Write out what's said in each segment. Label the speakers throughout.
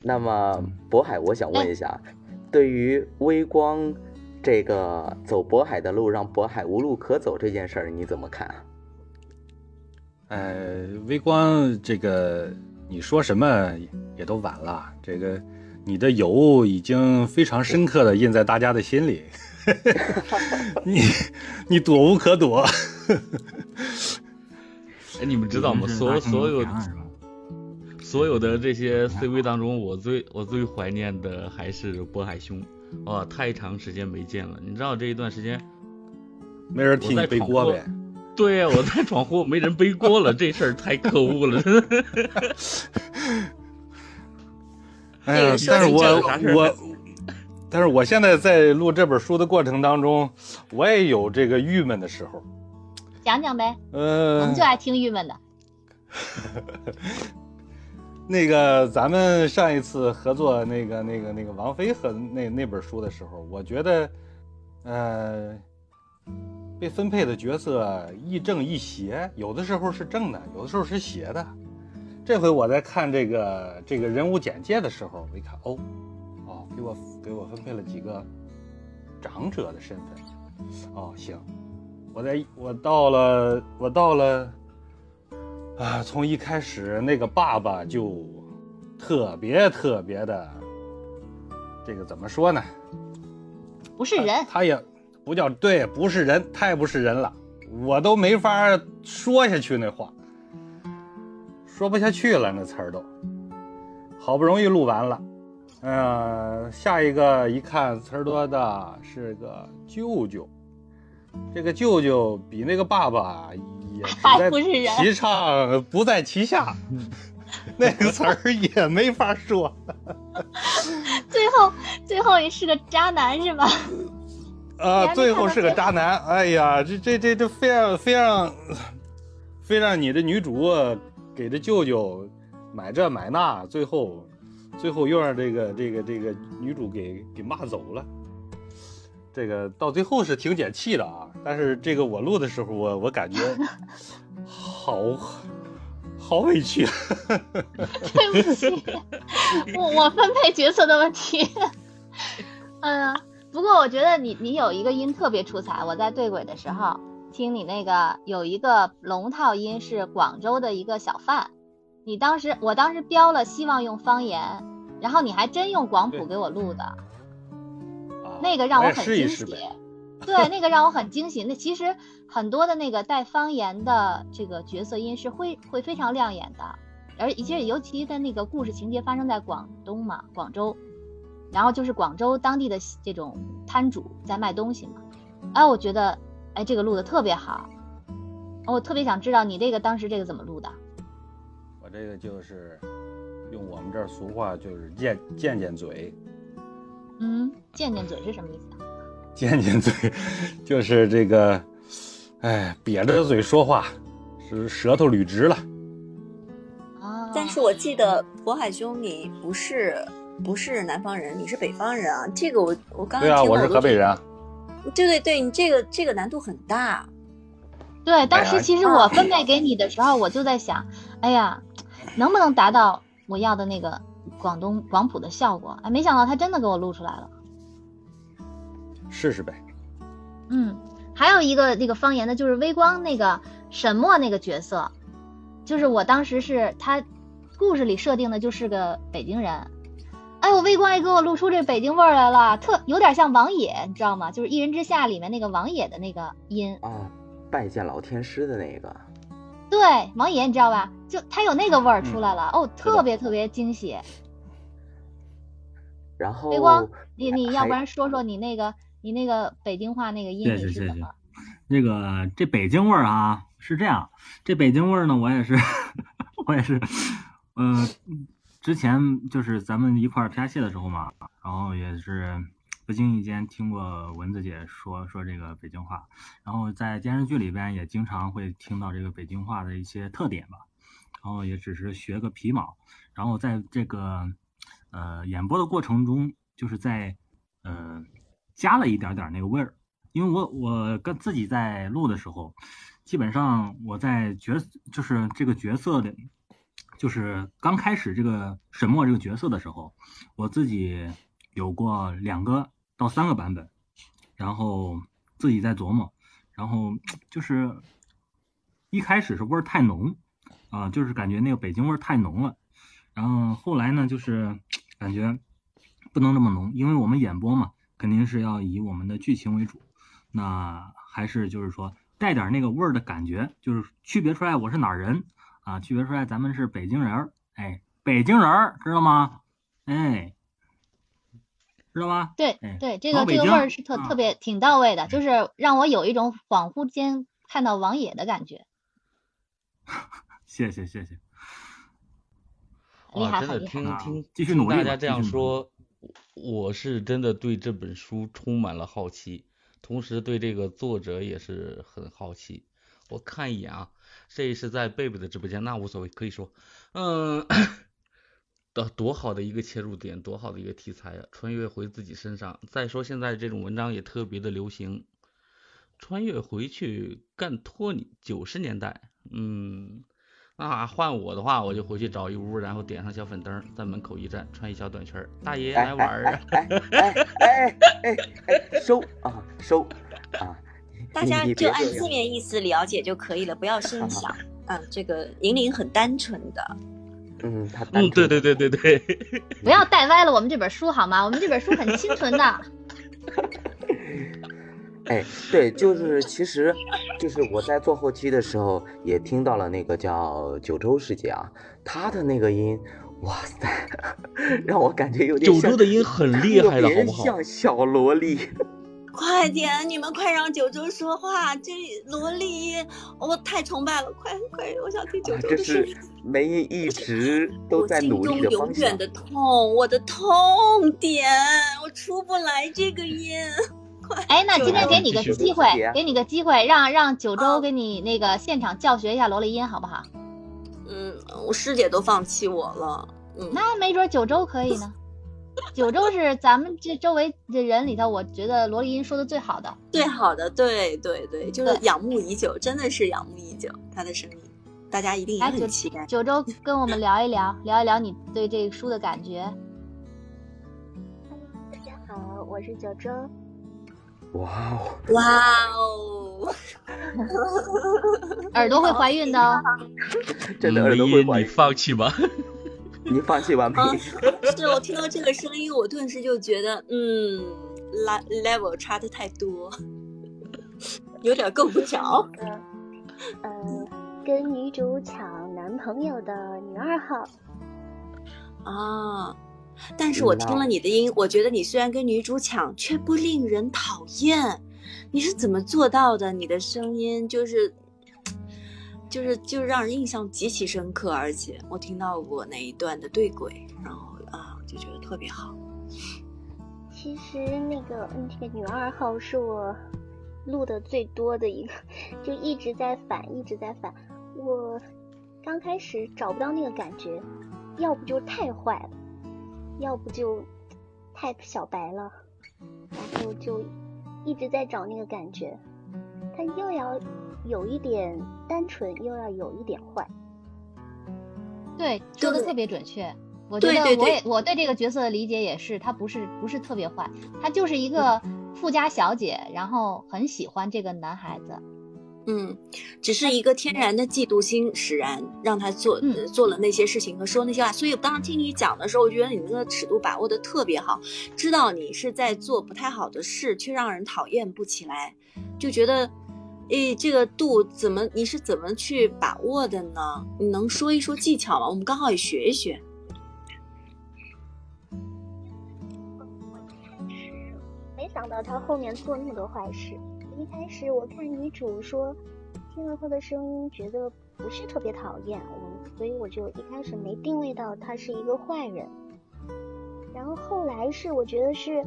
Speaker 1: 那么渤海，我想
Speaker 2: 哎
Speaker 1: 问一下，对于微光这个走渤海的路，让渤海无路可走这件事儿，你怎么看啊？
Speaker 3: 呃，微光这个你说什么也都晚了，这个你的油已经非常深刻的印在大家的心里， 你你躲无可躲。
Speaker 4: 哎，你们知道吗？所有所有
Speaker 5: 是吧？
Speaker 4: 所有的这些 CV 当中，我最我最怀念的还是渤海兄，哇，太长时间没见了。你知道这一段时间，
Speaker 3: 没人替你背锅呗。
Speaker 4: 对呀，我在闯祸，没人背锅了，这事儿太可恶了。
Speaker 3: 哎呀但是
Speaker 2: 这个，事情
Speaker 3: 我
Speaker 2: 这个啥事儿
Speaker 3: 我，但是我现在在录这本书的过程当中，我也有这个郁闷的时候。
Speaker 6: 讲讲呗，我
Speaker 3: 呃
Speaker 6: 们就，爱听郁闷的。
Speaker 3: 那个咱们上一次合作那个那个那个王菲和那那本书的时候，我觉得，呃，被分配的角色亦正亦邪，有的时候是正的，有的时候是邪的。这回我在看这个这个人物简介的时候，我一看，哦，哦，给我给我分配了几个长者的身份，哦，行，我在我到了我到了。啊，从一开始那个爸爸就特别特别的，这个怎么说呢？
Speaker 6: 不是人，
Speaker 3: 他也不叫对，不是人，太不是人了，我都没法说下去那话，说不下去了那词儿都。好不容易录完了，呃，下一个一看词儿多的是个舅舅，这个舅舅比那个爸爸也只在
Speaker 6: 还不是人
Speaker 3: 提倡不在其下，那个词儿也没法说。
Speaker 6: 最后最后也是个渣男是吧？
Speaker 3: 啊，
Speaker 6: 哎你还没
Speaker 3: 最
Speaker 6: 看
Speaker 3: 后
Speaker 6: 到
Speaker 3: 是个
Speaker 6: 最
Speaker 3: 渣男。哎呀，这这这这非让非让非让你的女主给这舅舅买这买那，最后最后又让这个这个这个女主给给骂走了。这个到最后是挺解气的啊，但是这个我录的时候我，我感觉好好委屈。 啊
Speaker 6: 对不起，我我分配角色的问题。 嗯，不过我觉得你你有一个音特别出彩，我在对轨的时候听你那个有一个龙套音是广州的一个小贩，你当时我当时标了希望用方言，然后你还真用广普
Speaker 3: 对
Speaker 6: 给我录的。
Speaker 3: 啊
Speaker 6: 那个让我
Speaker 3: 也
Speaker 6: 很
Speaker 3: 试一
Speaker 6: 惊
Speaker 3: 试
Speaker 6: 喜
Speaker 3: 呗。。
Speaker 6: 对，那个让我很惊喜。那其实很多的那个带方言的这个角色音是会会非常亮眼的，而其实尤其在那个故事情节发生在广东嘛，广州，然后就是广州当地的这种摊主在卖东西嘛，哎，我觉得哎这个录的特别好，我特别想知道你这个当时这个怎么录的？
Speaker 3: 我这个就是用我们这儿俗话就是贱贱贱嘴。
Speaker 6: 嗯，贱贱嘴是什么意思啊？
Speaker 3: 尖尖嘴，就是这个，哎，瘪着嘴说话，是舌头捋直了。
Speaker 6: 啊，
Speaker 2: 但是我记得渤海兄，你不是不是南方人，你是北方人啊。这个我我刚刚
Speaker 3: 对啊，
Speaker 2: 听
Speaker 3: 我
Speaker 2: 了
Speaker 3: 是河北人啊。
Speaker 2: 都对对对，你这个这个难度很大。
Speaker 6: 对，当
Speaker 3: 哎
Speaker 6: 时
Speaker 3: 呀
Speaker 6: 其实我分配给你的时候，我就在想，哎呀，能不能达到我要的那个广东广普的效果？哎，没想到他真的给我录出来了。
Speaker 3: 试试呗。
Speaker 6: 嗯，还有一个那个方言的，就是微光那个沈墨那个角色，就是我当时是他故事里设定的就是个北京人。哎呦，微光也给我录出这北京味儿来了，特有点像王野，你知道吗？就是《一人之下》里面那个王野的那个音。
Speaker 1: 啊，拜见老天师的那个，
Speaker 6: 对，王爷你知道吧？就他有那个味儿出来
Speaker 5: 嗯
Speaker 6: 了，哦，
Speaker 3: 道
Speaker 6: 特别特别惊喜。
Speaker 1: 然后
Speaker 6: 微光，
Speaker 5: 哎
Speaker 6: 你你要
Speaker 1: 还
Speaker 6: 不然说说你那个你那个北京话那个音
Speaker 5: 谢
Speaker 6: 你
Speaker 5: 谢
Speaker 6: 是
Speaker 5: 谢
Speaker 6: 怎
Speaker 5: 谢嗯
Speaker 6: 么？
Speaker 5: 这个这北京味儿啊，是这样，这北京味儿呢，我也是， 我也是，呃，之前就是咱们一块儿拍戏的时候嘛，然后也是不经意间听过蚊子姐说说这个北京话，然后在电视剧里边也经常会听到这个北京话的一些特点吧，然后也只是学个皮毛，然后在这个呃演播的过程中，就是在呃加了一点点那个味儿，因为我我跟自己在录的时候，基本上我在角就是这个角色的就是刚开始这个沈墨这个角色的时候，我自己有过两个到三个版本，然后自己在琢磨，然后就是一开始是味儿太浓啊、就是感觉那个北京味儿太浓了，然后后来呢，就是感觉不能这么浓，因为我们演播嘛，肯定是要以我们的剧情为主，那还是就是说带点那个味儿的感觉，就是区别出来我是哪儿人啊，区别出来咱们是北京人儿，哎，北京人儿知道吗？哎，知道吗？
Speaker 6: 对
Speaker 5: 哎
Speaker 6: 对，这
Speaker 5: 老
Speaker 6: 个
Speaker 5: 北
Speaker 6: 这个味
Speaker 5: 京
Speaker 6: 儿是特
Speaker 5: 啊
Speaker 6: 特别挺到位的，就是让我有一种恍惚间看到王野的感觉，
Speaker 5: 谢谢谢谢，
Speaker 6: 厉
Speaker 4: 哇，
Speaker 6: 害
Speaker 4: 真的
Speaker 6: 很厉害
Speaker 4: 听
Speaker 5: 啊
Speaker 4: 听
Speaker 5: 继续
Speaker 4: 听
Speaker 5: 努力
Speaker 4: 大
Speaker 5: 吧
Speaker 4: 家
Speaker 5: 继
Speaker 4: 这样
Speaker 5: 续努力
Speaker 4: 说，我是真的对这本书充满了好奇，同时对这个作者也是很好奇。我看一眼啊，这是在贝贝的直播间，那无所谓，可以说，嗯，多多好的一个切入点，多好的一个题材啊！穿越回自己身上。再说现在这种文章也特别的流行，穿越回去干托尼九十年代，嗯，那换我的话，我就回去找一屋，然后点上小粉灯，在门口一站，穿一小短裙儿，大爷来玩儿啊！
Speaker 1: 哎哎哎哎哎，收啊收啊！
Speaker 2: 大
Speaker 1: 你
Speaker 2: 家
Speaker 1: 你
Speaker 2: 就
Speaker 1: 别
Speaker 2: 按
Speaker 1: 这样
Speaker 2: 字面意思了解就可以了，不要深 想。嗯，这个银铃很单纯的，
Speaker 1: 嗯，他单
Speaker 4: 嗯，对
Speaker 1: 纯
Speaker 4: 对对对 对，
Speaker 6: 不要带歪了我们这本书好吗？我们这本书很清纯 的，
Speaker 1: 哎，对，就是其实，就是我在做后期的时候也听到了那个叫九州师姐啊，她的那个音，哇塞， 让我感觉有点
Speaker 4: 九
Speaker 1: 像
Speaker 4: 州的音很厉害的，
Speaker 1: 特
Speaker 4: 好
Speaker 1: 别
Speaker 4: 不好？
Speaker 1: 像小萝莉，
Speaker 2: 快点，你们快让九州说话。这萝莉，我太崇拜了，快快，我想 听九
Speaker 1: 啊
Speaker 2: 州
Speaker 1: 这
Speaker 2: 的声
Speaker 1: 是
Speaker 2: 音。
Speaker 1: 梅姨一直都
Speaker 2: 我
Speaker 1: 在
Speaker 2: 心
Speaker 1: 努
Speaker 2: 中
Speaker 1: 力的
Speaker 2: 永
Speaker 1: 方向
Speaker 2: 远。的痛，我的痛点，我出不来这个音。
Speaker 6: 哎，那
Speaker 2: 就
Speaker 6: 今天
Speaker 2: 让
Speaker 6: 给
Speaker 2: 我
Speaker 6: 你
Speaker 1: 继
Speaker 6: 个
Speaker 1: 续
Speaker 6: 机
Speaker 1: 录自己
Speaker 6: 会
Speaker 1: 啊，
Speaker 6: 给你个机会，让让九州
Speaker 2: 啊
Speaker 6: 给你那个现场教学一下萝莉音好不好？
Speaker 2: 嗯，我师姐都放弃我了。嗯，
Speaker 6: 那没准九州可以 呢。九州是咱们这周围的人里头，我觉得萝莉音说的最好的。
Speaker 2: 最好的，对对对，就是
Speaker 6: 对
Speaker 2: 仰慕已久，真的是仰慕已久，她的声音，大家一定也
Speaker 6: 来，九
Speaker 2: 很期待。
Speaker 6: 九州跟我们聊一聊，聊一聊你对这个书的感觉。
Speaker 7: 大家好，我是九州。
Speaker 1: 哇哦，
Speaker 2: 哇哦，
Speaker 6: 耳朵会怀孕的哦。
Speaker 1: 真的
Speaker 4: 嗯
Speaker 1: 耳朵会怀
Speaker 4: 你
Speaker 1: 孕，
Speaker 4: 放弃 吧。
Speaker 1: 你放弃吧，梅
Speaker 2: 啊
Speaker 1: 姨。
Speaker 2: 是我听到这个声音，我顿时就觉得，嗯，la-，level 差的太多，有点够不着。
Speaker 7: 呃，呃，跟女主抢男朋友的女二号，
Speaker 2: 啊，但是我听了你的音，我觉得你虽然跟女主抢，却不令人讨厌。你是怎么做到的？你的声音就是，就是就是让人印象极其深刻，而且我听到过那一段的对轨，然后啊，我就觉得特别好。
Speaker 7: 其实那个嗯这个女二号是我录的最多的一个，就一直在反，一直在反。我刚开始找不到那个感觉，要不就太坏了，要不就太小白了，然后就一直在找那个感觉。它又要有一点单纯，又要有一点坏。
Speaker 6: 对，说的
Speaker 2: 对
Speaker 6: 特别准确。我觉
Speaker 2: 对
Speaker 6: 得
Speaker 2: 对
Speaker 6: 我
Speaker 2: 对
Speaker 6: 也我对这个角色的理解也是，她不是不是特别坏，她就是
Speaker 2: 嗯
Speaker 6: 一个富家小姐，然后很喜欢这个男孩子。
Speaker 2: 嗯，只是一个天然的嫉妒心使然，让他做、
Speaker 6: 嗯
Speaker 2: 呃做了那些事情和说那些话。所以我当时听你讲的时候，我觉得你那个尺度把握的特别好，知道你是在做不太好的事，却让人讨厌不起来，就觉得，诶，这个度怎么你是怎么去把握的呢？你能说一说技巧吗？我们刚好也学一学。
Speaker 7: 没想到他后面做那么多坏事。一开始我看女主说，听了她的声音，觉得不是特别讨厌我，所以我就一开始没定位到她是一个坏人。然后后来是我觉得是，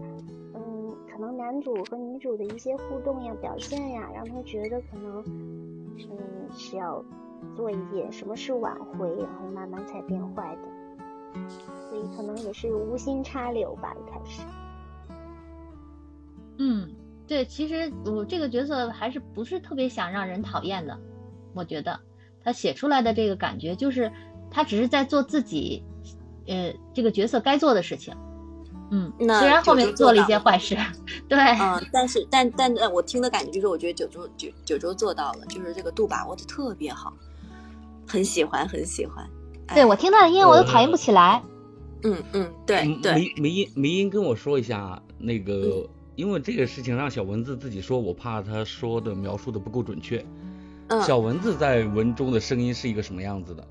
Speaker 7: 嗯，可能男主和女主的一些互动呀、表现呀，让他觉得可能，嗯，是要做一点什么事挽回，然后慢慢才变坏的。所以可能也是无心插柳吧，一开始。
Speaker 6: 嗯，对，其实我这个角色还是不是特别想让人讨厌的，我觉得他写出来的这个感觉就是他只是在做自己，呃，这个角色该做的事情。嗯，
Speaker 2: 那
Speaker 6: 虽然后
Speaker 2: 九
Speaker 6: 面
Speaker 2: 州做
Speaker 6: 做了一
Speaker 2: 到
Speaker 6: 些
Speaker 2: 了
Speaker 6: 坏事，对，
Speaker 2: 嗯，但是但但但我听的感觉就是，我觉得九州九九州做到了，就是这个度把握的特别好，很喜欢很喜欢。哎
Speaker 6: 对我听他的音乐我都讨厌不起来。
Speaker 2: 嗯嗯，对
Speaker 4: 嗯
Speaker 2: 对，
Speaker 4: 梅梅英梅英跟我说一下那个，因为这个事情让小蚊子自己说，我怕他说的描述的不够准确。
Speaker 2: 嗯，
Speaker 4: 小蚊子在文中的声音是一个什么样子的？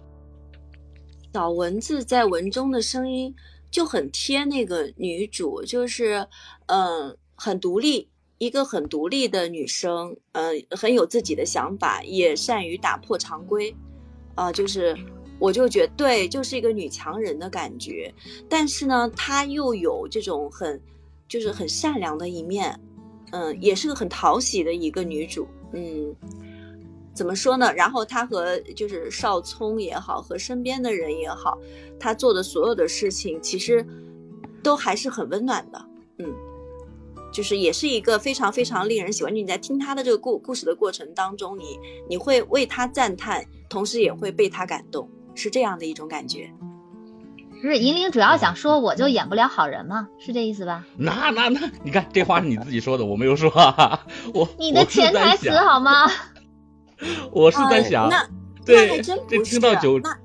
Speaker 2: 小蚊子在文中的声音就很贴那个女主，就是嗯、呃很独立，一个很独立的女生，嗯、很有自己的想法，也善于打破常规，啊、就是我就觉得对，就是一个女强人的感觉，但是呢，她又有这种很就是很善良的一面，嗯、也是个很讨喜的一个女主，嗯。怎么说呢？然后他和就是少聪也好，和身边的人也好，他做的所有的事情，其实都还是很温暖的。嗯，就是也是一个非常非常令人喜欢。你在听他的这个故故事的过程当中，你你会为他赞叹，同时也会被他感动，是这样的一种感觉。
Speaker 6: 不是银铃主要想说，我就演不了好人嘛，是这意思吧？
Speaker 4: 那那那，你看这话是你自己说的，我没有说、啊 我
Speaker 6: 你的
Speaker 4: 我是
Speaker 6: 潜
Speaker 4: 在
Speaker 6: 台词
Speaker 4: 想，
Speaker 6: 好吗？
Speaker 4: 我是在
Speaker 2: 哎
Speaker 4: 想，
Speaker 2: 那
Speaker 4: 对
Speaker 2: 那还真
Speaker 4: 这
Speaker 2: 不啊
Speaker 4: 听到九
Speaker 2: 那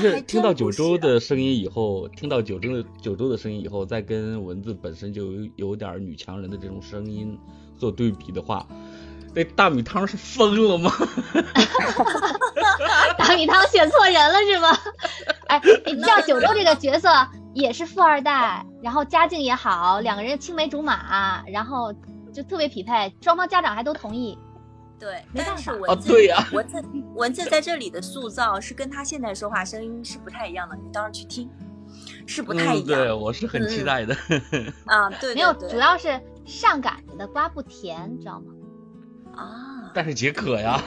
Speaker 4: 不
Speaker 2: 还
Speaker 4: 是
Speaker 2: 真
Speaker 4: 听到
Speaker 2: 不
Speaker 4: 九
Speaker 2: 是
Speaker 4: 州的声音以后，听到九州的九州的声音以后，再跟蚊子本身就有有点儿女强人的这种声音做对比的话，那大米汤是疯了吗？
Speaker 6: 大米汤选错人了是吗？ 哎，你知道九州这个角色也是富二代，然后家境也好，两个人青梅竹马，然后就特别匹配，双方家长还都同意。
Speaker 2: 对，
Speaker 6: 没
Speaker 2: 但
Speaker 6: 办
Speaker 2: 是
Speaker 6: 法
Speaker 2: 文
Speaker 4: 啊
Speaker 2: 字、
Speaker 4: 对呀
Speaker 2: 文字文字在这里的塑造是跟他现在说话声音是不太一样的，你到时候去听是不太一
Speaker 4: 嗯，
Speaker 2: 样、
Speaker 4: 对，我是很期待的。
Speaker 2: 啊。对对对，
Speaker 6: 没有，主要是上赶着的瓜不甜，知道吗？
Speaker 2: 啊
Speaker 4: 但是解渴 呀，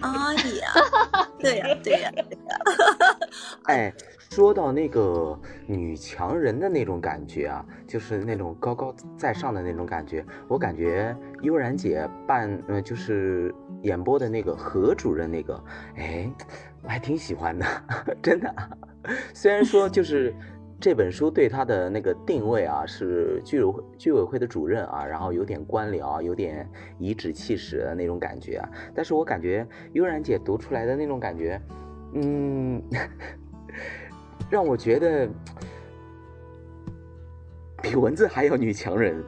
Speaker 2: 啊呀，对呀对 呀对呀，
Speaker 1: 哎，说到那个女强人的那种感觉啊，就是那种高高在上的那种感觉，我感觉悠然姐扮呃就是演播的那个何主任那个，哎，我还挺喜欢的， 真的。虽然说就是这本书对她的那个定位啊是居委会居委会的主任啊，然后有点官僚，啊有点颐指气使的那种感觉啊，但是我感觉悠然姐读出来的那种感觉，嗯，让我觉得比蚊子还要女强人。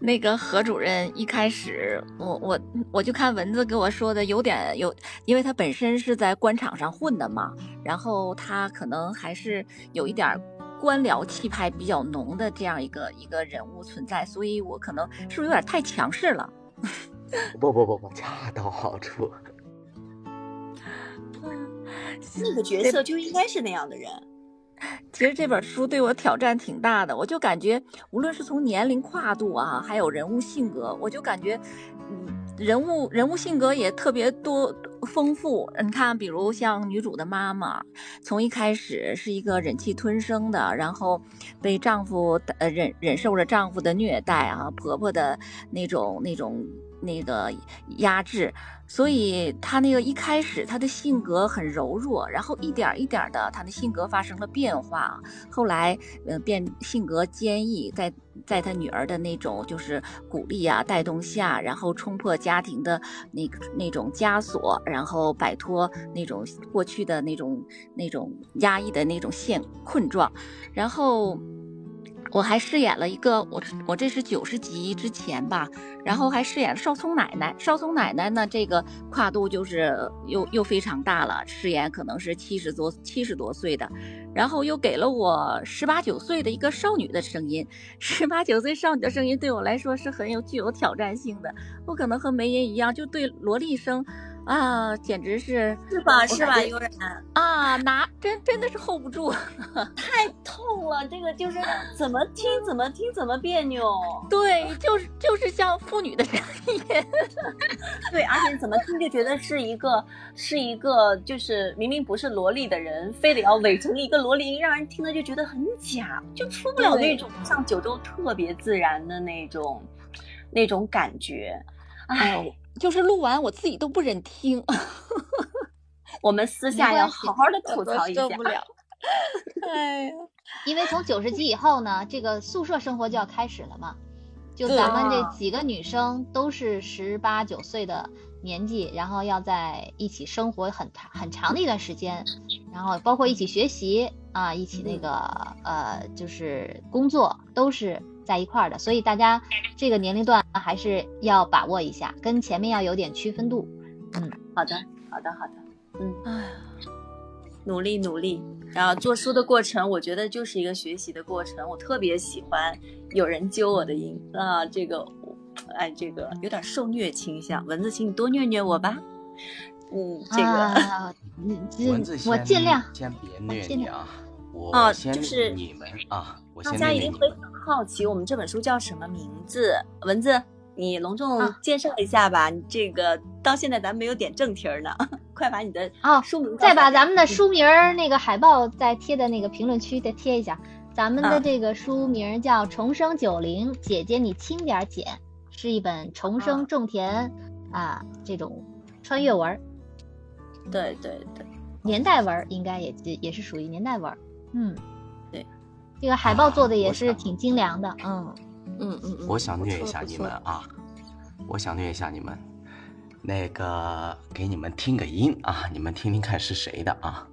Speaker 8: 那个何主任一开始，我我我就看蚊子给我说的有点有，因为他本身是在官场上混的嘛，然后他可能还是有一点儿官僚气派比较浓的这样一个一个人物存在，所以我可能是不是有点太强势了？
Speaker 1: 不不不不，恰到好处。
Speaker 2: 那个角色就应该是那样的人。
Speaker 8: 其实这本书对我挑战挺大的，我就感觉无论是从年龄跨度啊，还有人物性格，我就感觉，嗯，人物人物性格也特别多丰富。你看，比如像女主的妈妈，从一开始是一个忍气吞声的，然后被丈夫呃忍忍受着丈夫的虐待啊，婆婆的那种那种那个压制，所以她那个一开始她的性格很柔弱，然后一点儿一点的她的性格发生了变化，啊后来呃变性格坚毅，在在她女儿的那种就是鼓励啊带动下，然后冲破家庭的那个那种枷锁，然后摆脱那种过去的那种那种压抑的那种现困状，然后。我还饰演了一个我我这是九十集之前吧，然后还饰演了少聪奶奶。少聪奶奶呢，这个跨度就是又又非常大了，饰演可能是七十多七十多岁的，然后又给了我十八九岁的一个少女的声音。十八九岁少女的声音对我来说是很有具有挑战性的。我可能和梅姨一样，就对萝莉声啊，简直是
Speaker 2: 是吧？
Speaker 8: 我
Speaker 2: 是吧？
Speaker 8: 感觉
Speaker 2: 悠然
Speaker 8: 啊，拿真真的是 hold 不住。
Speaker 2: 太痛了，这个就是怎么听怎么听怎么别扭，
Speaker 8: 对，就是就是像妇女的声音。
Speaker 2: 对，而且怎么听就觉得是一个是一个就是明明不是萝莉的人，非得要伪成一个萝莉音，让人听了就觉得很假，就出不了那
Speaker 8: 对
Speaker 2: 种像九州特别自然的那种那种感觉。哎，
Speaker 8: 哦， 就是录完我自己都不忍听，
Speaker 2: 我们私下
Speaker 6: 没
Speaker 2: 要
Speaker 6: 关系
Speaker 2: 好好的吐
Speaker 8: 我都
Speaker 2: 槽一下
Speaker 8: 受。不了。哎呀，
Speaker 6: 因为从九十集以后呢，这个宿舍生活就要开始了嘛。就
Speaker 8: 对啊
Speaker 6: 咱们这几个女生都是十八九岁的年纪，然后要在一起生活很长很长的一段时间，然后包括一起学习啊，一起那个呃就是工作都是在一块儿的，所以大家这个年龄段还是要把握一下，跟前面要有点区分度。
Speaker 2: 好的，好的，好嗯的，
Speaker 8: 哎呀，
Speaker 2: 努力努力。然后做书的过程，我觉得就是一个学习的过程。我特别喜欢有人揪我的音啊，这个我，哎，这个有点受虐倾向。蚊子，请你多虐虐我吧。嗯，这个、
Speaker 6: 啊，嗯
Speaker 1: 蚊子
Speaker 6: 这
Speaker 1: 先
Speaker 6: 我尽量
Speaker 2: 啊
Speaker 1: 先别虐
Speaker 6: 尽
Speaker 1: 你
Speaker 6: 量
Speaker 1: 啊，
Speaker 2: 哦
Speaker 1: 我先
Speaker 2: 就是
Speaker 1: 虐你们啊，我
Speaker 2: 大
Speaker 1: 先
Speaker 2: 家
Speaker 1: 虐
Speaker 2: 一
Speaker 1: 你
Speaker 2: 定
Speaker 1: 们
Speaker 2: 会。很好奇我们这本书叫什么名字。蚊子，你隆重
Speaker 6: 啊
Speaker 2: 介绍一下吧。你这个到现在咱没有点正题儿呢， 快把你的
Speaker 6: 哦
Speaker 2: 书名告诉
Speaker 6: 再把
Speaker 2: 大家
Speaker 6: 咱们的书名儿那个海报再贴在那个评论区再贴一下。咱们的
Speaker 2: 啊
Speaker 6: 这个书名儿叫《重生九零》，姐姐你轻点儿捡，是一本重生种田啊这种穿越文儿、
Speaker 2: 嗯对对对，
Speaker 6: 年代文儿，应该也也也是属于年代文儿。嗯，
Speaker 2: 对，
Speaker 6: 这个海报做的
Speaker 1: 啊
Speaker 6: 也
Speaker 1: 我
Speaker 6: 是
Speaker 1: 想
Speaker 6: 挺精良的。嗯，
Speaker 2: 嗯嗯嗯，
Speaker 1: 我想虐一
Speaker 7: 错
Speaker 1: 下
Speaker 7: 不
Speaker 1: 你
Speaker 7: 错
Speaker 1: 们啊，我想虐一下你们，那个给你们听个音啊，你们听听看是谁的啊。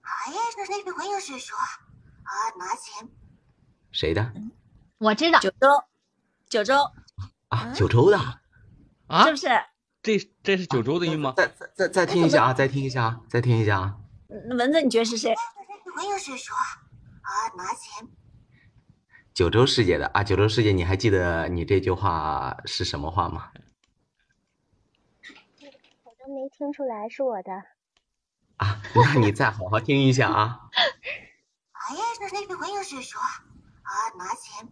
Speaker 9: 好像是那个朋友是说，啊，拿钱
Speaker 1: 谁的
Speaker 2: 嗯
Speaker 6: 我知道，
Speaker 2: 九州，九州
Speaker 1: 啊？九州的，
Speaker 2: 嗯
Speaker 4: 啊
Speaker 2: 是，不是？
Speaker 4: 这这是九州的音吗？
Speaker 1: 再再再再听一下啊，再听一下啊，再听一下啊。
Speaker 2: 嗯蚊子，你觉得是谁？
Speaker 9: 那个朋友是说，啊，拿钱
Speaker 1: 九州师姐的啊，九州师姐，你还记得你这句话是什么话吗？
Speaker 7: 我都没听出来是我的。
Speaker 1: 啊， 那你再好好听一下啊。
Speaker 9: 好像是那个朋友是说，啊，拿钱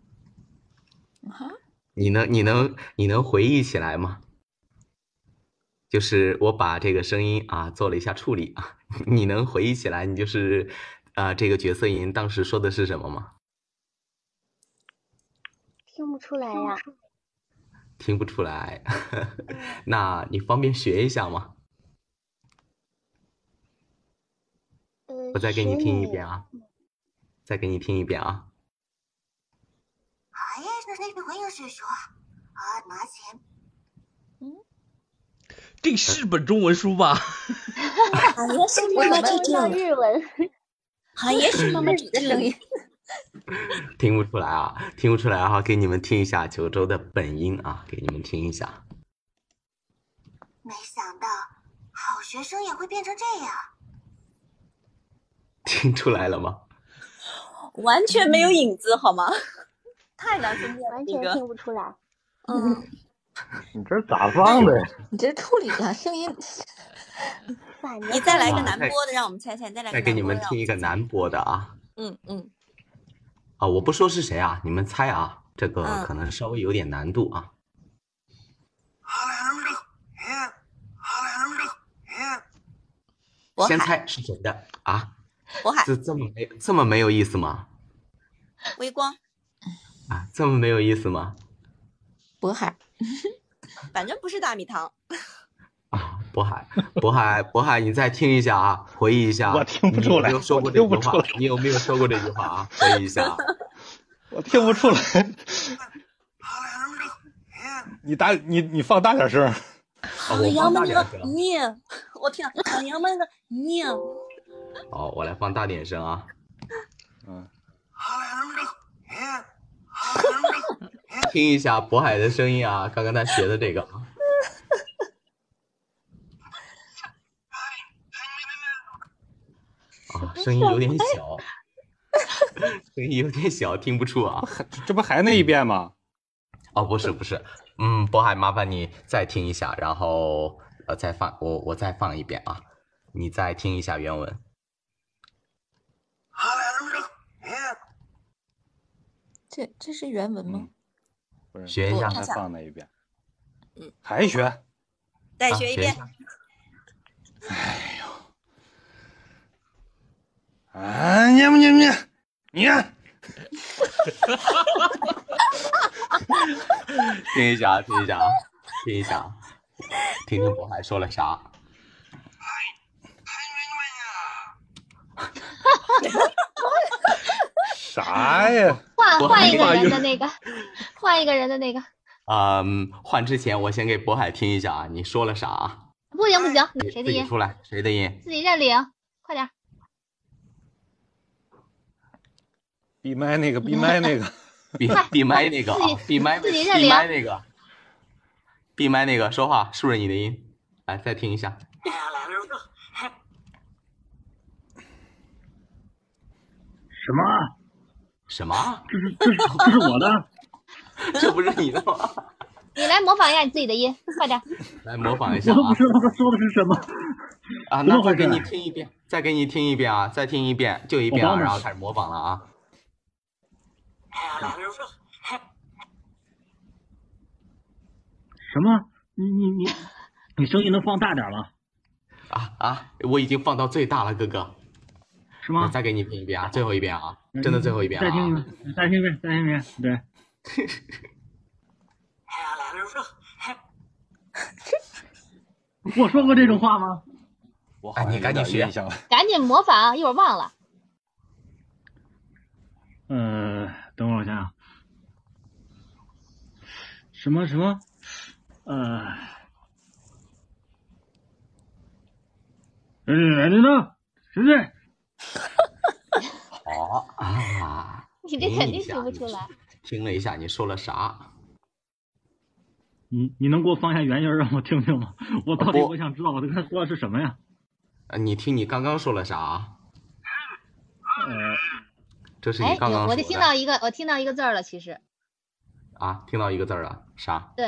Speaker 1: 你能你能你能回忆起来吗？就是我把这个声音啊做了一下处理啊， 你能回忆起来你就是啊、这个角色音当时说的是什么吗？
Speaker 7: 听不出来呀、
Speaker 1: 听不出来， 那你方便学一下吗？
Speaker 7: 呃，
Speaker 9: 呃
Speaker 1: 我再给你
Speaker 7: 学
Speaker 1: 听一
Speaker 7: 你
Speaker 1: 遍啊，再给你听一遍啊。
Speaker 9: 好像是那个朋友是说，啊，拿钱
Speaker 4: 这是本中文书吧？
Speaker 2: 好像是
Speaker 7: 我
Speaker 2: 妈妈
Speaker 7: 能
Speaker 2: 指
Speaker 7: 听到
Speaker 2: 的，
Speaker 7: 日文，
Speaker 2: 好像是妈妈指的声音。
Speaker 1: 听不出来啊，听不出来啊，给你们听一下九州的本音啊，给你们听一下。
Speaker 9: 没想到好学生也会变成这样。
Speaker 1: 听出来了吗？
Speaker 2: 完全没有影子，好吗？ 太难分辨了
Speaker 7: 完
Speaker 2: 这
Speaker 7: 全
Speaker 2: 个。
Speaker 7: 听不出来。
Speaker 2: 嗯，
Speaker 5: 你这是咋放的呀？
Speaker 8: 你这处理啊，声音
Speaker 7: 反
Speaker 2: 你
Speaker 7: 正
Speaker 2: 再来个
Speaker 1: 哇
Speaker 2: 南
Speaker 1: 再
Speaker 2: 波的，让我们猜猜。再来个
Speaker 1: 再给
Speaker 2: 南
Speaker 1: 你
Speaker 2: 波
Speaker 1: 们
Speaker 2: 的，
Speaker 1: 听一个南播的啊
Speaker 2: 嗯嗯，
Speaker 1: 啊！我不说是谁啊，你们猜啊，这个
Speaker 2: 嗯
Speaker 1: 可能稍微有点难度啊。
Speaker 2: 渤
Speaker 1: 先
Speaker 2: 海，
Speaker 1: 猜是谁的啊？
Speaker 2: 渤海，
Speaker 1: 这这么没这么没有意思吗？
Speaker 2: 微光，
Speaker 1: 啊，这么没有意思吗？
Speaker 8: 渤海
Speaker 2: 反正不是大米糖。
Speaker 1: 哦啊，渤 海，渤海，渤海，你再听一下啊，回忆一下啊。
Speaker 3: 我听不
Speaker 1: 你
Speaker 3: 出
Speaker 1: 有
Speaker 3: 来
Speaker 1: 没有说
Speaker 3: 我
Speaker 1: 过这
Speaker 3: 听
Speaker 1: 句
Speaker 3: 不
Speaker 1: 话
Speaker 3: 出来？
Speaker 1: 你有没有说过这句话啊？回忆一下 啊。
Speaker 3: 我听不出来。你大你你放大点声儿，
Speaker 1: 哦
Speaker 2: 唐
Speaker 1: 我
Speaker 2: 扬
Speaker 1: 放
Speaker 2: 门
Speaker 1: 大
Speaker 2: 个
Speaker 1: 点声。
Speaker 2: 你，我天，唐扬门个你，
Speaker 1: 啊哦，我来放大点声啊。
Speaker 3: 嗯，
Speaker 1: 听一下渤海的声音啊，刚刚他学的这个啊。啊，声音有点小， 声音有点小，听不出啊。
Speaker 3: 这这不还那一遍吗？
Speaker 1: 哦，不是不是，嗯，渤海，麻烦你再听一下，然后呃再放我我再放一遍啊，你再听一下原文。
Speaker 8: 这这是原文
Speaker 2: 嗯
Speaker 8: 吗？
Speaker 3: 嗯不是，
Speaker 1: 学一下
Speaker 3: 再
Speaker 2: 看一下
Speaker 3: 放那一遍。
Speaker 2: 嗯，
Speaker 3: 还学？
Speaker 2: 再
Speaker 1: 啊
Speaker 2: 学一
Speaker 1: 一
Speaker 2: 遍。
Speaker 1: 下
Speaker 3: 啊，你不你你你，
Speaker 1: 听一下，听一下，啊听一下，啊听听渤海说了啥？
Speaker 3: 啥呀？
Speaker 6: 换
Speaker 1: 我
Speaker 6: 换一个
Speaker 1: 还以为
Speaker 6: 人的那个， 换一个人的那个，
Speaker 1: 嗯，换之前我先给渤海听一下，啊你说了啥？
Speaker 6: 不行不行，
Speaker 2: 哎
Speaker 6: 你谁
Speaker 1: 自
Speaker 6: 的
Speaker 1: 己
Speaker 6: 音？
Speaker 1: 出来，谁的音？
Speaker 6: 自己认领，快点儿。
Speaker 3: 闭麦那个，闭麦那个，
Speaker 1: 闭
Speaker 6: 快
Speaker 1: 闭麦那个
Speaker 6: 自己
Speaker 1: 啊，闭麦
Speaker 6: 自己认
Speaker 1: 闭
Speaker 6: 领
Speaker 1: 麦那个，闭麦那个，说话是不是你的音？来，再听一下。
Speaker 5: 什么？啊
Speaker 1: 什么？啊
Speaker 5: 这是这是这是我的？
Speaker 1: 这不是你的吗？
Speaker 6: 你来模仿一下你自己的音，快点儿。
Speaker 1: 来模仿一下
Speaker 5: 我都不
Speaker 1: 啊
Speaker 5: 知道他说的是什么。
Speaker 1: 啊！
Speaker 5: 怎么
Speaker 1: 那再
Speaker 5: 回
Speaker 1: 给
Speaker 5: 事
Speaker 1: 你听一遍，再给你听一遍啊，再听一遍，就一遍
Speaker 5: 我帮
Speaker 1: 啊，
Speaker 5: 着
Speaker 1: 然后开始模仿了啊。
Speaker 5: 什么？你你你，你声音能放大点儿吗？
Speaker 1: 啊啊！我已经放到最大了，哥哥，
Speaker 5: 啊是
Speaker 1: 我
Speaker 5: 吗？
Speaker 1: 再给你听一遍啊，最后一遍啊，真的最后一遍
Speaker 5: 嗯再听一
Speaker 1: 啊！
Speaker 5: 遍，再听一遍，再听一遍。对，我说过这种话吗？
Speaker 3: 我好
Speaker 1: 哎
Speaker 3: 像
Speaker 1: 你
Speaker 3: 有
Speaker 1: 赶紧
Speaker 3: 点
Speaker 1: 学
Speaker 3: 印象了。
Speaker 6: 赶紧模仿，啊一会儿忘了。
Speaker 5: 呃，等会儿我想想，什么什么，呃，谁谁呢？谁谁？
Speaker 1: 好啊，
Speaker 6: 你这
Speaker 1: 嗯
Speaker 6: 肯
Speaker 1: 一
Speaker 6: 定
Speaker 1: 下
Speaker 6: 学不
Speaker 1: 你
Speaker 6: 出来。
Speaker 1: 听了一下你说了啥？
Speaker 5: 你你能给我放下原音儿让我听听吗？我到底
Speaker 1: 不
Speaker 5: 我想知道我跟他说的是什么呀？
Speaker 1: 呃你听你刚刚说了啥？啊
Speaker 5: 呃，
Speaker 1: 这是
Speaker 6: 哎
Speaker 1: 你，刚刚
Speaker 6: 有
Speaker 1: 说
Speaker 6: 我就听到一个，我听到一个字儿了，其实
Speaker 1: 啊，听到一个字儿了，啥？
Speaker 6: 对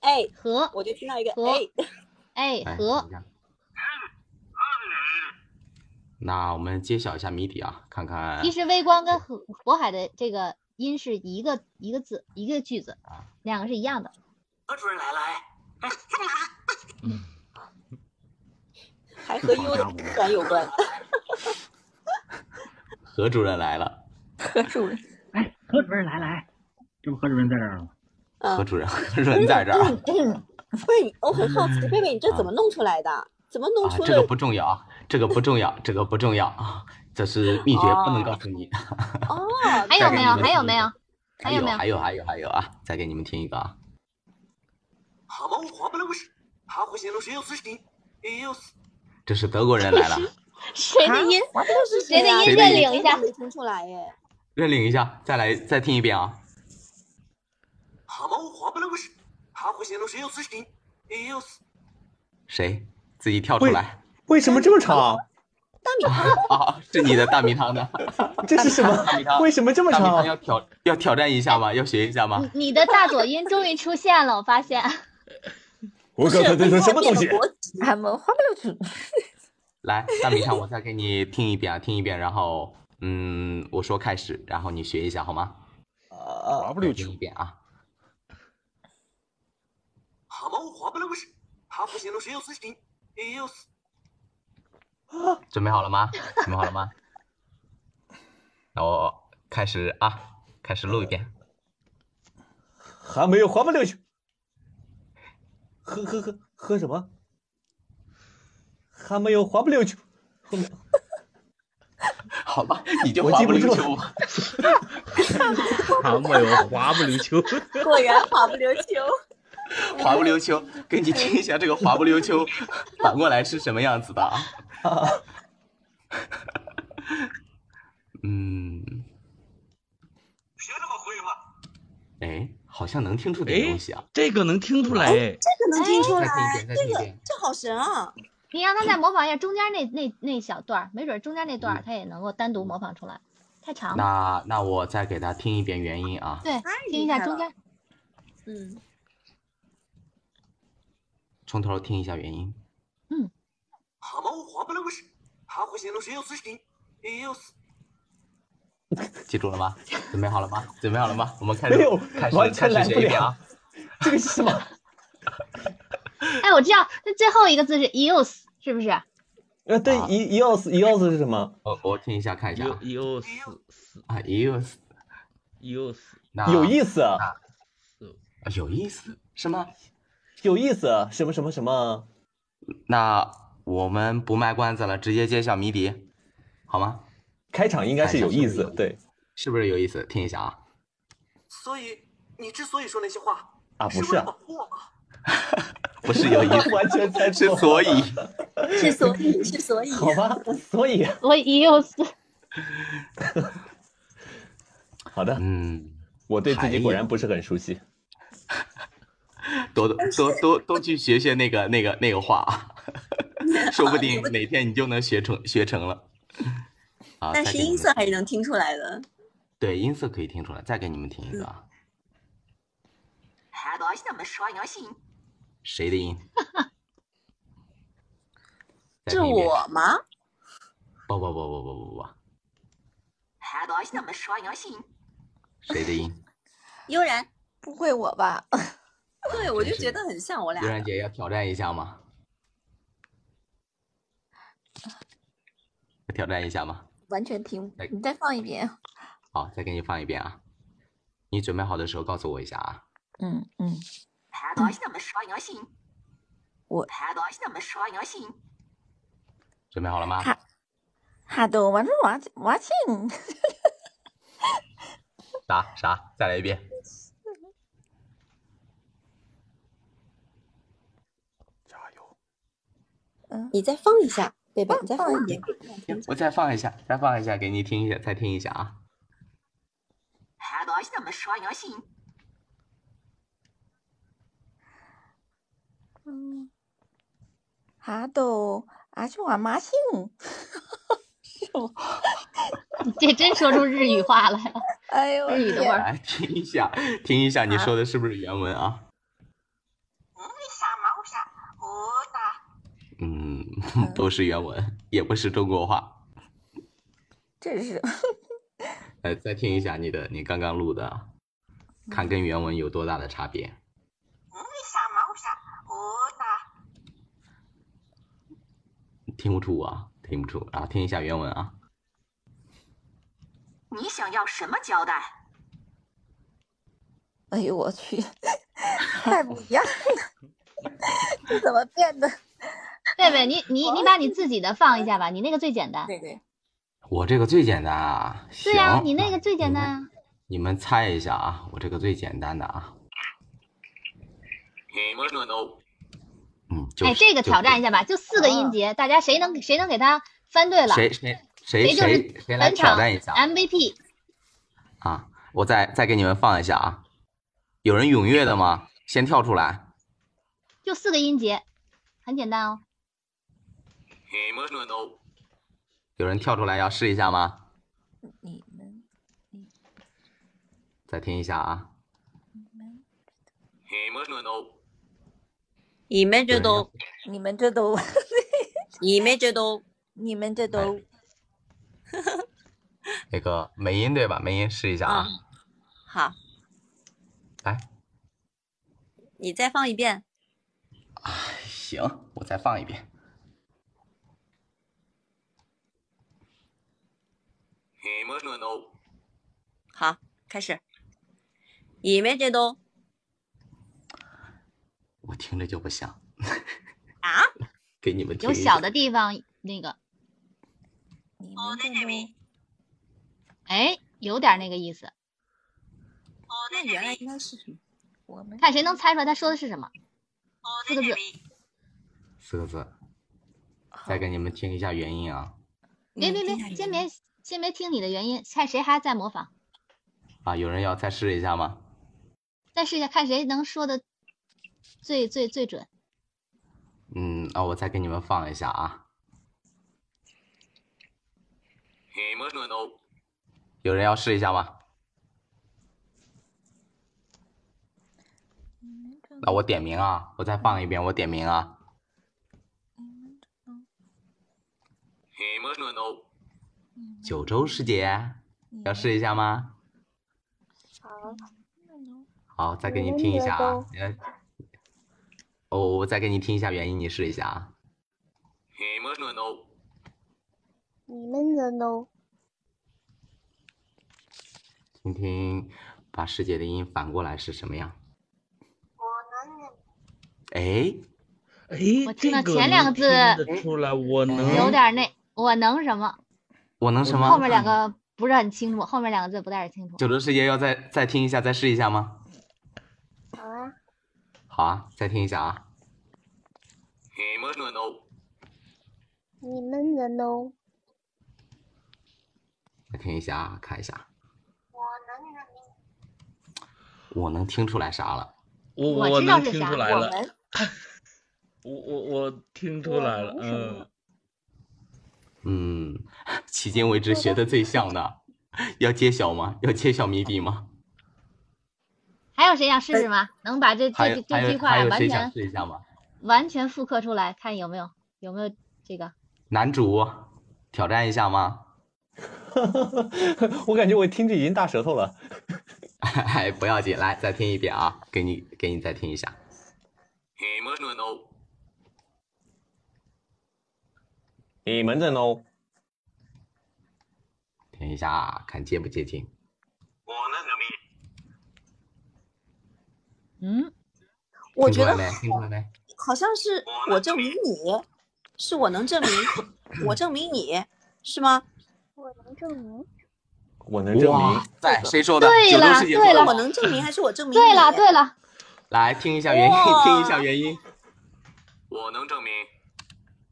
Speaker 2: 哎，
Speaker 6: 和，
Speaker 2: 我就听到一个
Speaker 6: 和
Speaker 2: 哎，
Speaker 6: 哎
Speaker 1: 哎，
Speaker 6: 和
Speaker 1: 等一，下那我们揭晓一下谜底啊，看看
Speaker 6: 其实微光跟和渤海的这个音是一个一个字一个句子，
Speaker 1: 啊
Speaker 6: 两个是一样的。
Speaker 2: 哎
Speaker 1: 嗯
Speaker 2: 还和英文感有 关。
Speaker 1: 何主任来了，
Speaker 8: 何主任，
Speaker 5: 哎，何主任来来，这不何主任在这儿吗？
Speaker 1: 何
Speaker 2: 嗯，
Speaker 1: 主任，何主任在这儿啊。
Speaker 2: 贝，我很好奇，贝贝，你这怎么弄出来的？怎么弄
Speaker 1: 啊，
Speaker 2: 出
Speaker 1: 这个
Speaker 2: 了？
Speaker 1: 不重要啊，这个不重要，这个不重要啊，这是秘诀，不能告诉你。
Speaker 2: 哦，
Speaker 6: 还有没有？还有没有？
Speaker 1: 还
Speaker 6: 还有没有
Speaker 1: 还有，还有，还有啊！再给你们听一个啊，这是德国人 来了，
Speaker 6: 谁
Speaker 1: 啊
Speaker 6: 的音？谁的音
Speaker 1: 谁的
Speaker 6: 认
Speaker 1: 音
Speaker 6: 领一下？
Speaker 2: 没听出来耶。
Speaker 1: 认领一下，再来再听一遍啊。谁？自己跳出来
Speaker 10: 为什么这么长？
Speaker 1: 啊！是你的大米汤的，
Speaker 10: 这是什
Speaker 1: 大米
Speaker 10: 么？
Speaker 1: 汤
Speaker 10: 为什么这么
Speaker 1: 大米汤
Speaker 10: 长？
Speaker 1: 要挑要挑战一下吗？要学一下吗？
Speaker 6: 你你的大左音终于出现了，我发现。
Speaker 10: 我
Speaker 2: 不
Speaker 10: 靠，这这什么东西？
Speaker 8: 俺们花不了主。
Speaker 1: 来，大米汤，我再给你听一遍啊，听一遍，然后嗯，我说开始，然后你学一下好吗？
Speaker 10: 啊
Speaker 3: W
Speaker 1: 听
Speaker 3: 球
Speaker 1: 一，遍啊。准备好了吗？准备好了吗？那我开始啊，开始录一遍。
Speaker 10: 还没有，还不溜去。喝喝喝喝什么？还没有，还不溜去。后面
Speaker 1: 好吧，你就
Speaker 10: 我
Speaker 1: 滑
Speaker 10: 记
Speaker 1: 不
Speaker 10: 不
Speaker 1: 溜
Speaker 10: 住
Speaker 1: 球吧。
Speaker 4: 韩没有滑不溜秋，
Speaker 2: 果然滑不溜秋。
Speaker 1: 滑不溜秋，给你听一下这个滑不溜秋反过来是什么样子的啊？ 嗯，学这么会吗？哎，好像能听出点
Speaker 10: 哎
Speaker 1: 东西啊！
Speaker 4: 这个能听出来哎，
Speaker 2: 这个能听出
Speaker 1: 再
Speaker 2: 来
Speaker 1: 听一，遍，再听一遍。
Speaker 2: 这好神啊！
Speaker 6: 你让他再模仿一下中间那那那小段儿，没准中间那
Speaker 1: 嗯
Speaker 6: 段儿他也能够单独模仿出来，太
Speaker 10: 啊
Speaker 6: 长了。
Speaker 1: 那那我再给他听一遍原音啊。
Speaker 6: 对，听一
Speaker 2: 厉
Speaker 6: 下
Speaker 2: 害
Speaker 6: 中
Speaker 2: 了
Speaker 6: 间。
Speaker 2: 嗯，
Speaker 1: 从头听一下原音。
Speaker 6: 嗯。
Speaker 1: 记住了吗？准备好了吗？准备好了吗？我们开始，
Speaker 10: 没有
Speaker 1: 开，始
Speaker 10: 完
Speaker 1: 开
Speaker 10: 全来
Speaker 1: 始学
Speaker 10: 不
Speaker 1: 一遍啊
Speaker 10: 了！。 这个是什么？
Speaker 6: 哎，我知道，那最后一个字是 use，是不是？
Speaker 10: 呃，对，一一奥斯一奥斯是什么？
Speaker 1: 我我听一下，看一下
Speaker 4: u
Speaker 1: 啊
Speaker 4: u 四四
Speaker 1: 啊，一个死
Speaker 4: u 四
Speaker 1: 那
Speaker 10: 有意思啊！
Speaker 4: 四
Speaker 1: 啊有意思是吗？
Speaker 10: 有意思，啊什么什么什么？
Speaker 1: 那我们不卖关子了，直接揭晓谜底，好吗？
Speaker 10: 开场应该是有意
Speaker 1: 开场是不是有
Speaker 10: 思
Speaker 1: 意，思
Speaker 10: 对
Speaker 1: 是不是有意思？听一下啊。
Speaker 11: 所以你之所以说那些话
Speaker 10: 啊，不
Speaker 11: 是
Speaker 10: 是
Speaker 11: 为了
Speaker 10: 啊
Speaker 11: 保，护我吗？
Speaker 1: 不是有意 思，
Speaker 10: 完全 猜
Speaker 1: 是
Speaker 10: 错，
Speaker 1: 所以。
Speaker 2: 是所以，是所 以。
Speaker 10: 好吧，所以
Speaker 6: 所以又是
Speaker 10: 好的，
Speaker 1: 嗯，
Speaker 10: 我对自
Speaker 1: 含
Speaker 10: 己
Speaker 1: 义
Speaker 10: 果然不是很熟悉。
Speaker 1: 多多多多多去学学那个那个那个话啊， 说不定哪天你就能学成学成了。 啊，
Speaker 2: 但
Speaker 1: 再给
Speaker 2: 是
Speaker 1: 你
Speaker 2: 音
Speaker 1: 们
Speaker 2: 色还是能听出来的。
Speaker 1: 对音色可以听出来，再给你们听一个啊，
Speaker 9: 还不是那么说有心。
Speaker 1: 谁的音？再
Speaker 2: 是
Speaker 1: 听一遍
Speaker 2: 我吗？
Speaker 1: 不不不不不不不，
Speaker 9: 还不是那么说有心。
Speaker 1: 谁的音？
Speaker 2: 悠然，
Speaker 8: 不会我吧？
Speaker 2: 对我
Speaker 1: 真
Speaker 2: 就是觉
Speaker 1: 的
Speaker 2: 得很像我俩
Speaker 1: 悠。然姐要挑战一下吗？要挑战一下吗？
Speaker 8: 完全听
Speaker 1: 哎，
Speaker 8: 你再放一遍。啊
Speaker 1: 好，再给你放一遍啊。你准备好的时候告诉我一下啊。
Speaker 8: 嗯嗯，
Speaker 9: 还不是那么说有心。
Speaker 8: 我
Speaker 9: 还不是那么说有心。
Speaker 1: 准备好了吗？
Speaker 8: 好哈都完了完完庆，
Speaker 1: 啥啥？再来一遍。
Speaker 8: 嗯
Speaker 2: 你再放一下，贝贝，你再放一遍。
Speaker 1: 我再放一下，再放一下，给你听一下，再听一下啊。
Speaker 9: 还不是那么说有心。
Speaker 8: 嗯，哈都阿去瓦麻庆，
Speaker 6: 这真说出日语话来了，
Speaker 8: 哎呦我
Speaker 6: 日语的味
Speaker 8: 天
Speaker 6: 儿。
Speaker 1: 来听一下，听一下，你说的是不是原文啊？
Speaker 9: 啥毛啥？我打
Speaker 1: 嗯， 都是原文，也不是中国话。
Speaker 8: 这是
Speaker 1: 呃，再听一下你的，你刚刚录的啊，看跟原文有多大的差别。
Speaker 9: 啥毛啥？我打
Speaker 1: 听不出啊，听不出。然后听一下原文啊。
Speaker 9: 你想要什么交代？
Speaker 8: 哎呦我去，太不一样了，这怎么变的？
Speaker 6: 贝贝，你你你把你自己的放一下吧，你那个最简单。
Speaker 2: 对对，
Speaker 1: 我这个最简单啊。
Speaker 6: 对啊，
Speaker 1: 行
Speaker 6: 你那个最简单啊。
Speaker 1: 你们猜一下啊，我这个最简单的啊。嗯，就
Speaker 6: 哎，
Speaker 1: 是
Speaker 6: 这个挑战一
Speaker 1: 下。
Speaker 6: 下吧，就四个音节，大家谁能谁能给他翻对了，
Speaker 1: 谁谁谁
Speaker 6: 谁就
Speaker 1: 谁
Speaker 6: 是嗯
Speaker 1: 谁来
Speaker 6: 本
Speaker 1: 挑
Speaker 6: 场
Speaker 1: 战一下
Speaker 6: MVP。
Speaker 1: 啊！我再再给你们放一下啊，有人踊跃的吗？先跳出来。
Speaker 6: 就四个音节，很简单哦。
Speaker 1: 有人跳出来要试一下吗？
Speaker 8: 你们
Speaker 1: 再听一下啊，
Speaker 2: 你们
Speaker 1: 有
Speaker 2: 这
Speaker 1: 人要
Speaker 2: 都，
Speaker 8: 你们这都
Speaker 2: 你们这都，
Speaker 8: 你们这都
Speaker 1: 哎 那个美音对吧？美音试一下啊，
Speaker 6: 嗯
Speaker 2: 好，
Speaker 1: 来，
Speaker 2: 你再放一遍。
Speaker 1: 行，我再放一遍。
Speaker 2: 好，开始。你们这都
Speaker 1: 我听着就不像，
Speaker 2: 啊？
Speaker 1: 给你们听
Speaker 6: 有
Speaker 1: 一下。
Speaker 6: 小的地方那个，
Speaker 8: 你们这都，
Speaker 6: 哎，有点那个意思，
Speaker 2: 那原来应该是什么？
Speaker 8: 我们
Speaker 6: 看谁能猜出来他说的是什么。四个字，
Speaker 1: 四个字，再给你们听一下原因啊
Speaker 6: 别别别，先别先别听你的原因，看谁还在模仿，
Speaker 1: 啊！有人要再试一下吗？
Speaker 6: 再试一下看谁能说的最最最准。
Speaker 1: 嗯，啊，我再给你们放一下啊。有人要试一下吗？那我点名啊，我再放一遍，我点名啊。九州师姐，要试一下吗？
Speaker 7: 好，
Speaker 1: 好，再给你听一下啊。你来哦，我再给你听一下原因，你试一下啊。
Speaker 7: 你们的呢？
Speaker 1: 听听，把师姐的音反过来是什么样？哎，
Speaker 4: 哎，
Speaker 6: 我听到
Speaker 4: 这
Speaker 6: 前两个
Speaker 4: 能
Speaker 6: 字
Speaker 4: 听得出来，我
Speaker 1: 嗯
Speaker 4: 能
Speaker 6: 有点那我能什么？
Speaker 1: 我能什么？
Speaker 6: 后面两个不是很清楚，后面两个字不太清楚。
Speaker 1: 九州世界要再再听一下，再试一下吗？
Speaker 7: 好啊，
Speaker 1: 好啊，再听一下啊。
Speaker 11: 你们的 no，
Speaker 7: 你们的 no，
Speaker 1: 再听一下啊，看一下，
Speaker 7: 我能认命。
Speaker 1: 我能听出来啥了？
Speaker 4: 我
Speaker 6: 我知道
Speaker 4: 能
Speaker 6: 是
Speaker 4: 听
Speaker 6: 啥
Speaker 4: 出来
Speaker 6: 我
Speaker 4: 了
Speaker 6: 们，
Speaker 4: 我我我听出来了，嗯，
Speaker 1: 嗯， 迄今为止学的最像的， 要揭晓吗？要揭晓谜底吗？
Speaker 6: 还有谁想试试吗？能把这
Speaker 1: 哎还
Speaker 6: 这
Speaker 1: 有
Speaker 6: 这
Speaker 1: 还
Speaker 6: 这句
Speaker 1: 有
Speaker 6: 话
Speaker 1: 还有
Speaker 6: 完
Speaker 1: 谁想
Speaker 6: 全
Speaker 1: 试一下吗？
Speaker 6: 完全复刻出来，看有没有有没有这个？
Speaker 1: 男主挑战一下吗？
Speaker 10: 我感觉我听着已经大舌头了。
Speaker 1: 哎，不要紧，来再听一遍啊，给你给你再听一下。
Speaker 11: 你们的 no，
Speaker 10: 你们的 no，
Speaker 1: 听一下啊，看接不接近。
Speaker 11: 我能认命。
Speaker 6: 嗯，
Speaker 2: 我
Speaker 1: 听出
Speaker 2: 觉
Speaker 1: 来
Speaker 2: 得
Speaker 1: 没？听出来没？
Speaker 2: 好像是我证明你，是我能证明，我证明你是吗？
Speaker 7: 我能证明。
Speaker 10: 我能证明
Speaker 1: 哇。塞，谁说的？
Speaker 6: 对
Speaker 1: 九州
Speaker 6: 了
Speaker 1: 世界
Speaker 6: 对
Speaker 1: 说
Speaker 6: 了
Speaker 1: 的
Speaker 2: 我
Speaker 1: 吗
Speaker 2: 能证明还是我证明你？
Speaker 6: 对了对了，
Speaker 1: 来听一下原因，
Speaker 2: 哇
Speaker 1: 听一下原因。
Speaker 11: 我能证明。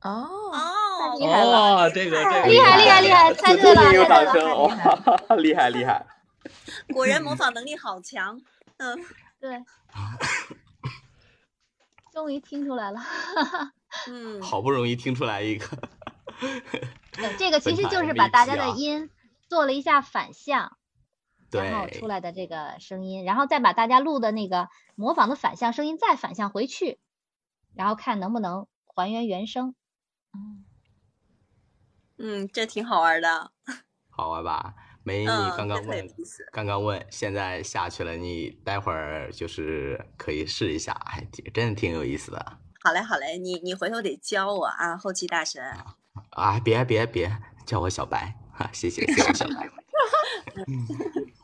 Speaker 8: 哦，
Speaker 2: 哦，厉害了！
Speaker 4: 哦，这个这个
Speaker 6: 厉害厉害厉害，猜对了，猜
Speaker 1: 有
Speaker 6: 对
Speaker 1: 掌
Speaker 6: 了，
Speaker 1: 声，哇， 厉害厉害。
Speaker 2: 果然模仿能力好强。嗯，
Speaker 6: 对，终于听出来了。
Speaker 2: 嗯，
Speaker 1: 好不容易听出来一个，
Speaker 6: 对，这个其实
Speaker 1: 本
Speaker 6: 就
Speaker 1: 来
Speaker 6: 是
Speaker 1: 没
Speaker 6: 把大家
Speaker 1: 记啊
Speaker 6: 的音做了一下反向，
Speaker 1: 对
Speaker 6: 然后出来的这个声音，然后再把大家录的那个模仿的反向声音再反向回去，然后看能不能还原原声。嗯，
Speaker 2: 嗯，这挺好玩的。
Speaker 1: 好玩吧？哎梅，你
Speaker 2: 嗯，
Speaker 1: 刚
Speaker 2: 这
Speaker 1: 刚
Speaker 2: 特有
Speaker 1: 问，
Speaker 2: 意思。
Speaker 1: 刚刚问，现在下去了，你待会儿就是可以试一下，还挺真的挺有意思的。
Speaker 2: 好嘞，好嘞，你你回头得教我啊，后期大神。
Speaker 1: 啊，别别别，叫我小白啊，谢谢谢我小白。